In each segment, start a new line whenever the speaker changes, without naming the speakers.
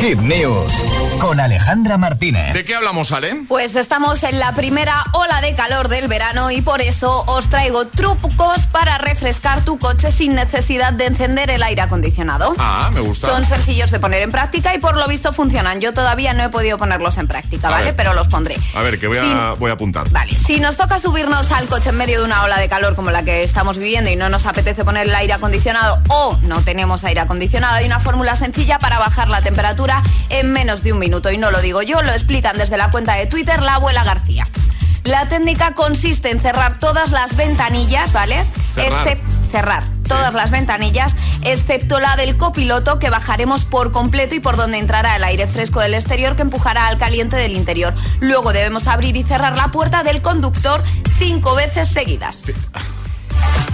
Hit News con Alejandra Martínez.
¿De qué hablamos, Ale?
Pues estamos en la primera ola de calor del verano y por eso os traigo trucos para refrescar tu coche sin necesidad de encender el aire acondicionado.
Ah, me gusta.
Son sencillos de poner en práctica y por lo visto funcionan. Yo todavía no he podido ponerlos en práctica,
A
¿vale?
ver.
Pero los pondré.
A ver, que voy a,
Si-
voy a apuntar.
Vale, si nos toca subirnos al coche en medio de una ola de calor como la que estamos viviendo y no nos apetece poner el aire acondicionado o no tenemos aire acondicionado, hay una fórmula sencilla para bajar la temperatura en menos de un minuto. Y no lo digo yo, lo explican desde la cuenta de Twitter la abuela García. La técnica consiste en cerrar todas las ventanillas, ¿vale?
Cerrar.
Este, cerrar todas las ventanillas, excepto la del copiloto que bajaremos por completo y por donde entrará el aire fresco del exterior que empujará al caliente del interior. Luego debemos abrir y cerrar la puerta del conductor cinco veces seguidas.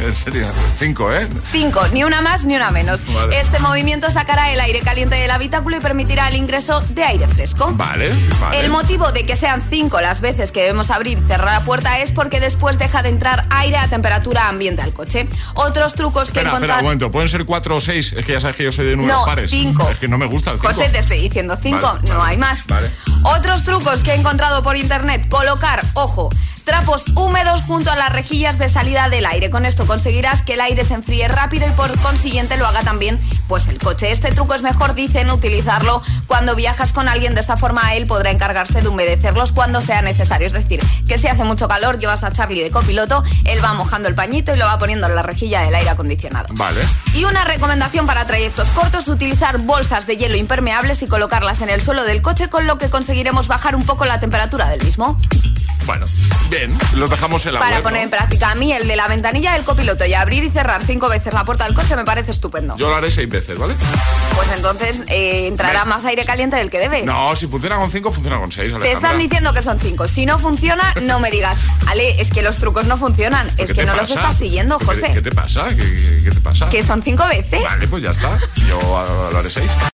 En serio. Cinco, ¿eh?
Cinco, ni una más ni una menos.
Vale.
Este movimiento sacará el aire caliente del habitáculo y permitirá el ingreso de aire fresco.
Vale, vale.
El motivo de que sean cinco las veces que debemos abrir y cerrar la puerta es porque después deja de entrar aire a temperatura ambiente al coche. Otros trucos que
Espera, espera,
encontrar...
un momento. ¿Pueden ser cuatro o seis? Es que ya sabes que yo soy de números
No,
pares.
cinco.
Es que no me gusta el cinco.
José, te estoy diciendo 5,
Vale,
no
vale,
hay más.
vale.
Otros trucos que he encontrado por internet, colocar, ojo, trapos húmedos junto a las rejillas de salida del aire. Con esto conseguirás que el aire se enfríe rápido y por consiguiente lo haga también pues el coche. Este truco es mejor, dicen, utilizarlo cuando viajas con alguien. De esta forma él podrá encargarse de humedecerlos cuando sea necesario. Es decir, que si hace mucho calor, llevas a Charlie de copiloto, él va mojando el pañito y lo va poniendo en la rejilla del aire acondicionado.
Vale.
Y una recomendación para trayectos cortos, utilizar bolsas de hielo impermeables y colocarlas en el suelo del coche, con lo que conseguiremos bajar un poco la temperatura del mismo.
Bueno, bien. Los dejamos en la
para
web,
poner
¿no?
en práctica a mí el de la ventanilla del copiloto y abrir y cerrar cinco veces la puerta del coche me parece estupendo.
Yo lo haré seis veces, ¿vale?
Pues entonces eh, entrará
¿Ves?
más aire caliente del que debe.
No, si funciona con cinco, funciona con seis,
Te
Alejandra.
están diciendo que son cinco. Si no funciona, no me digas, Ale, es que los trucos no funcionan.
¿Pero
Es
qué
que
te
no los
pasa?
estás siguiendo,
¿Qué te-
José.
¿Qué te pasa? ¿Qué, qué- qué te pasa?
Que son cinco veces.
Vale, pues ya está. Yo ah, lo haré seis.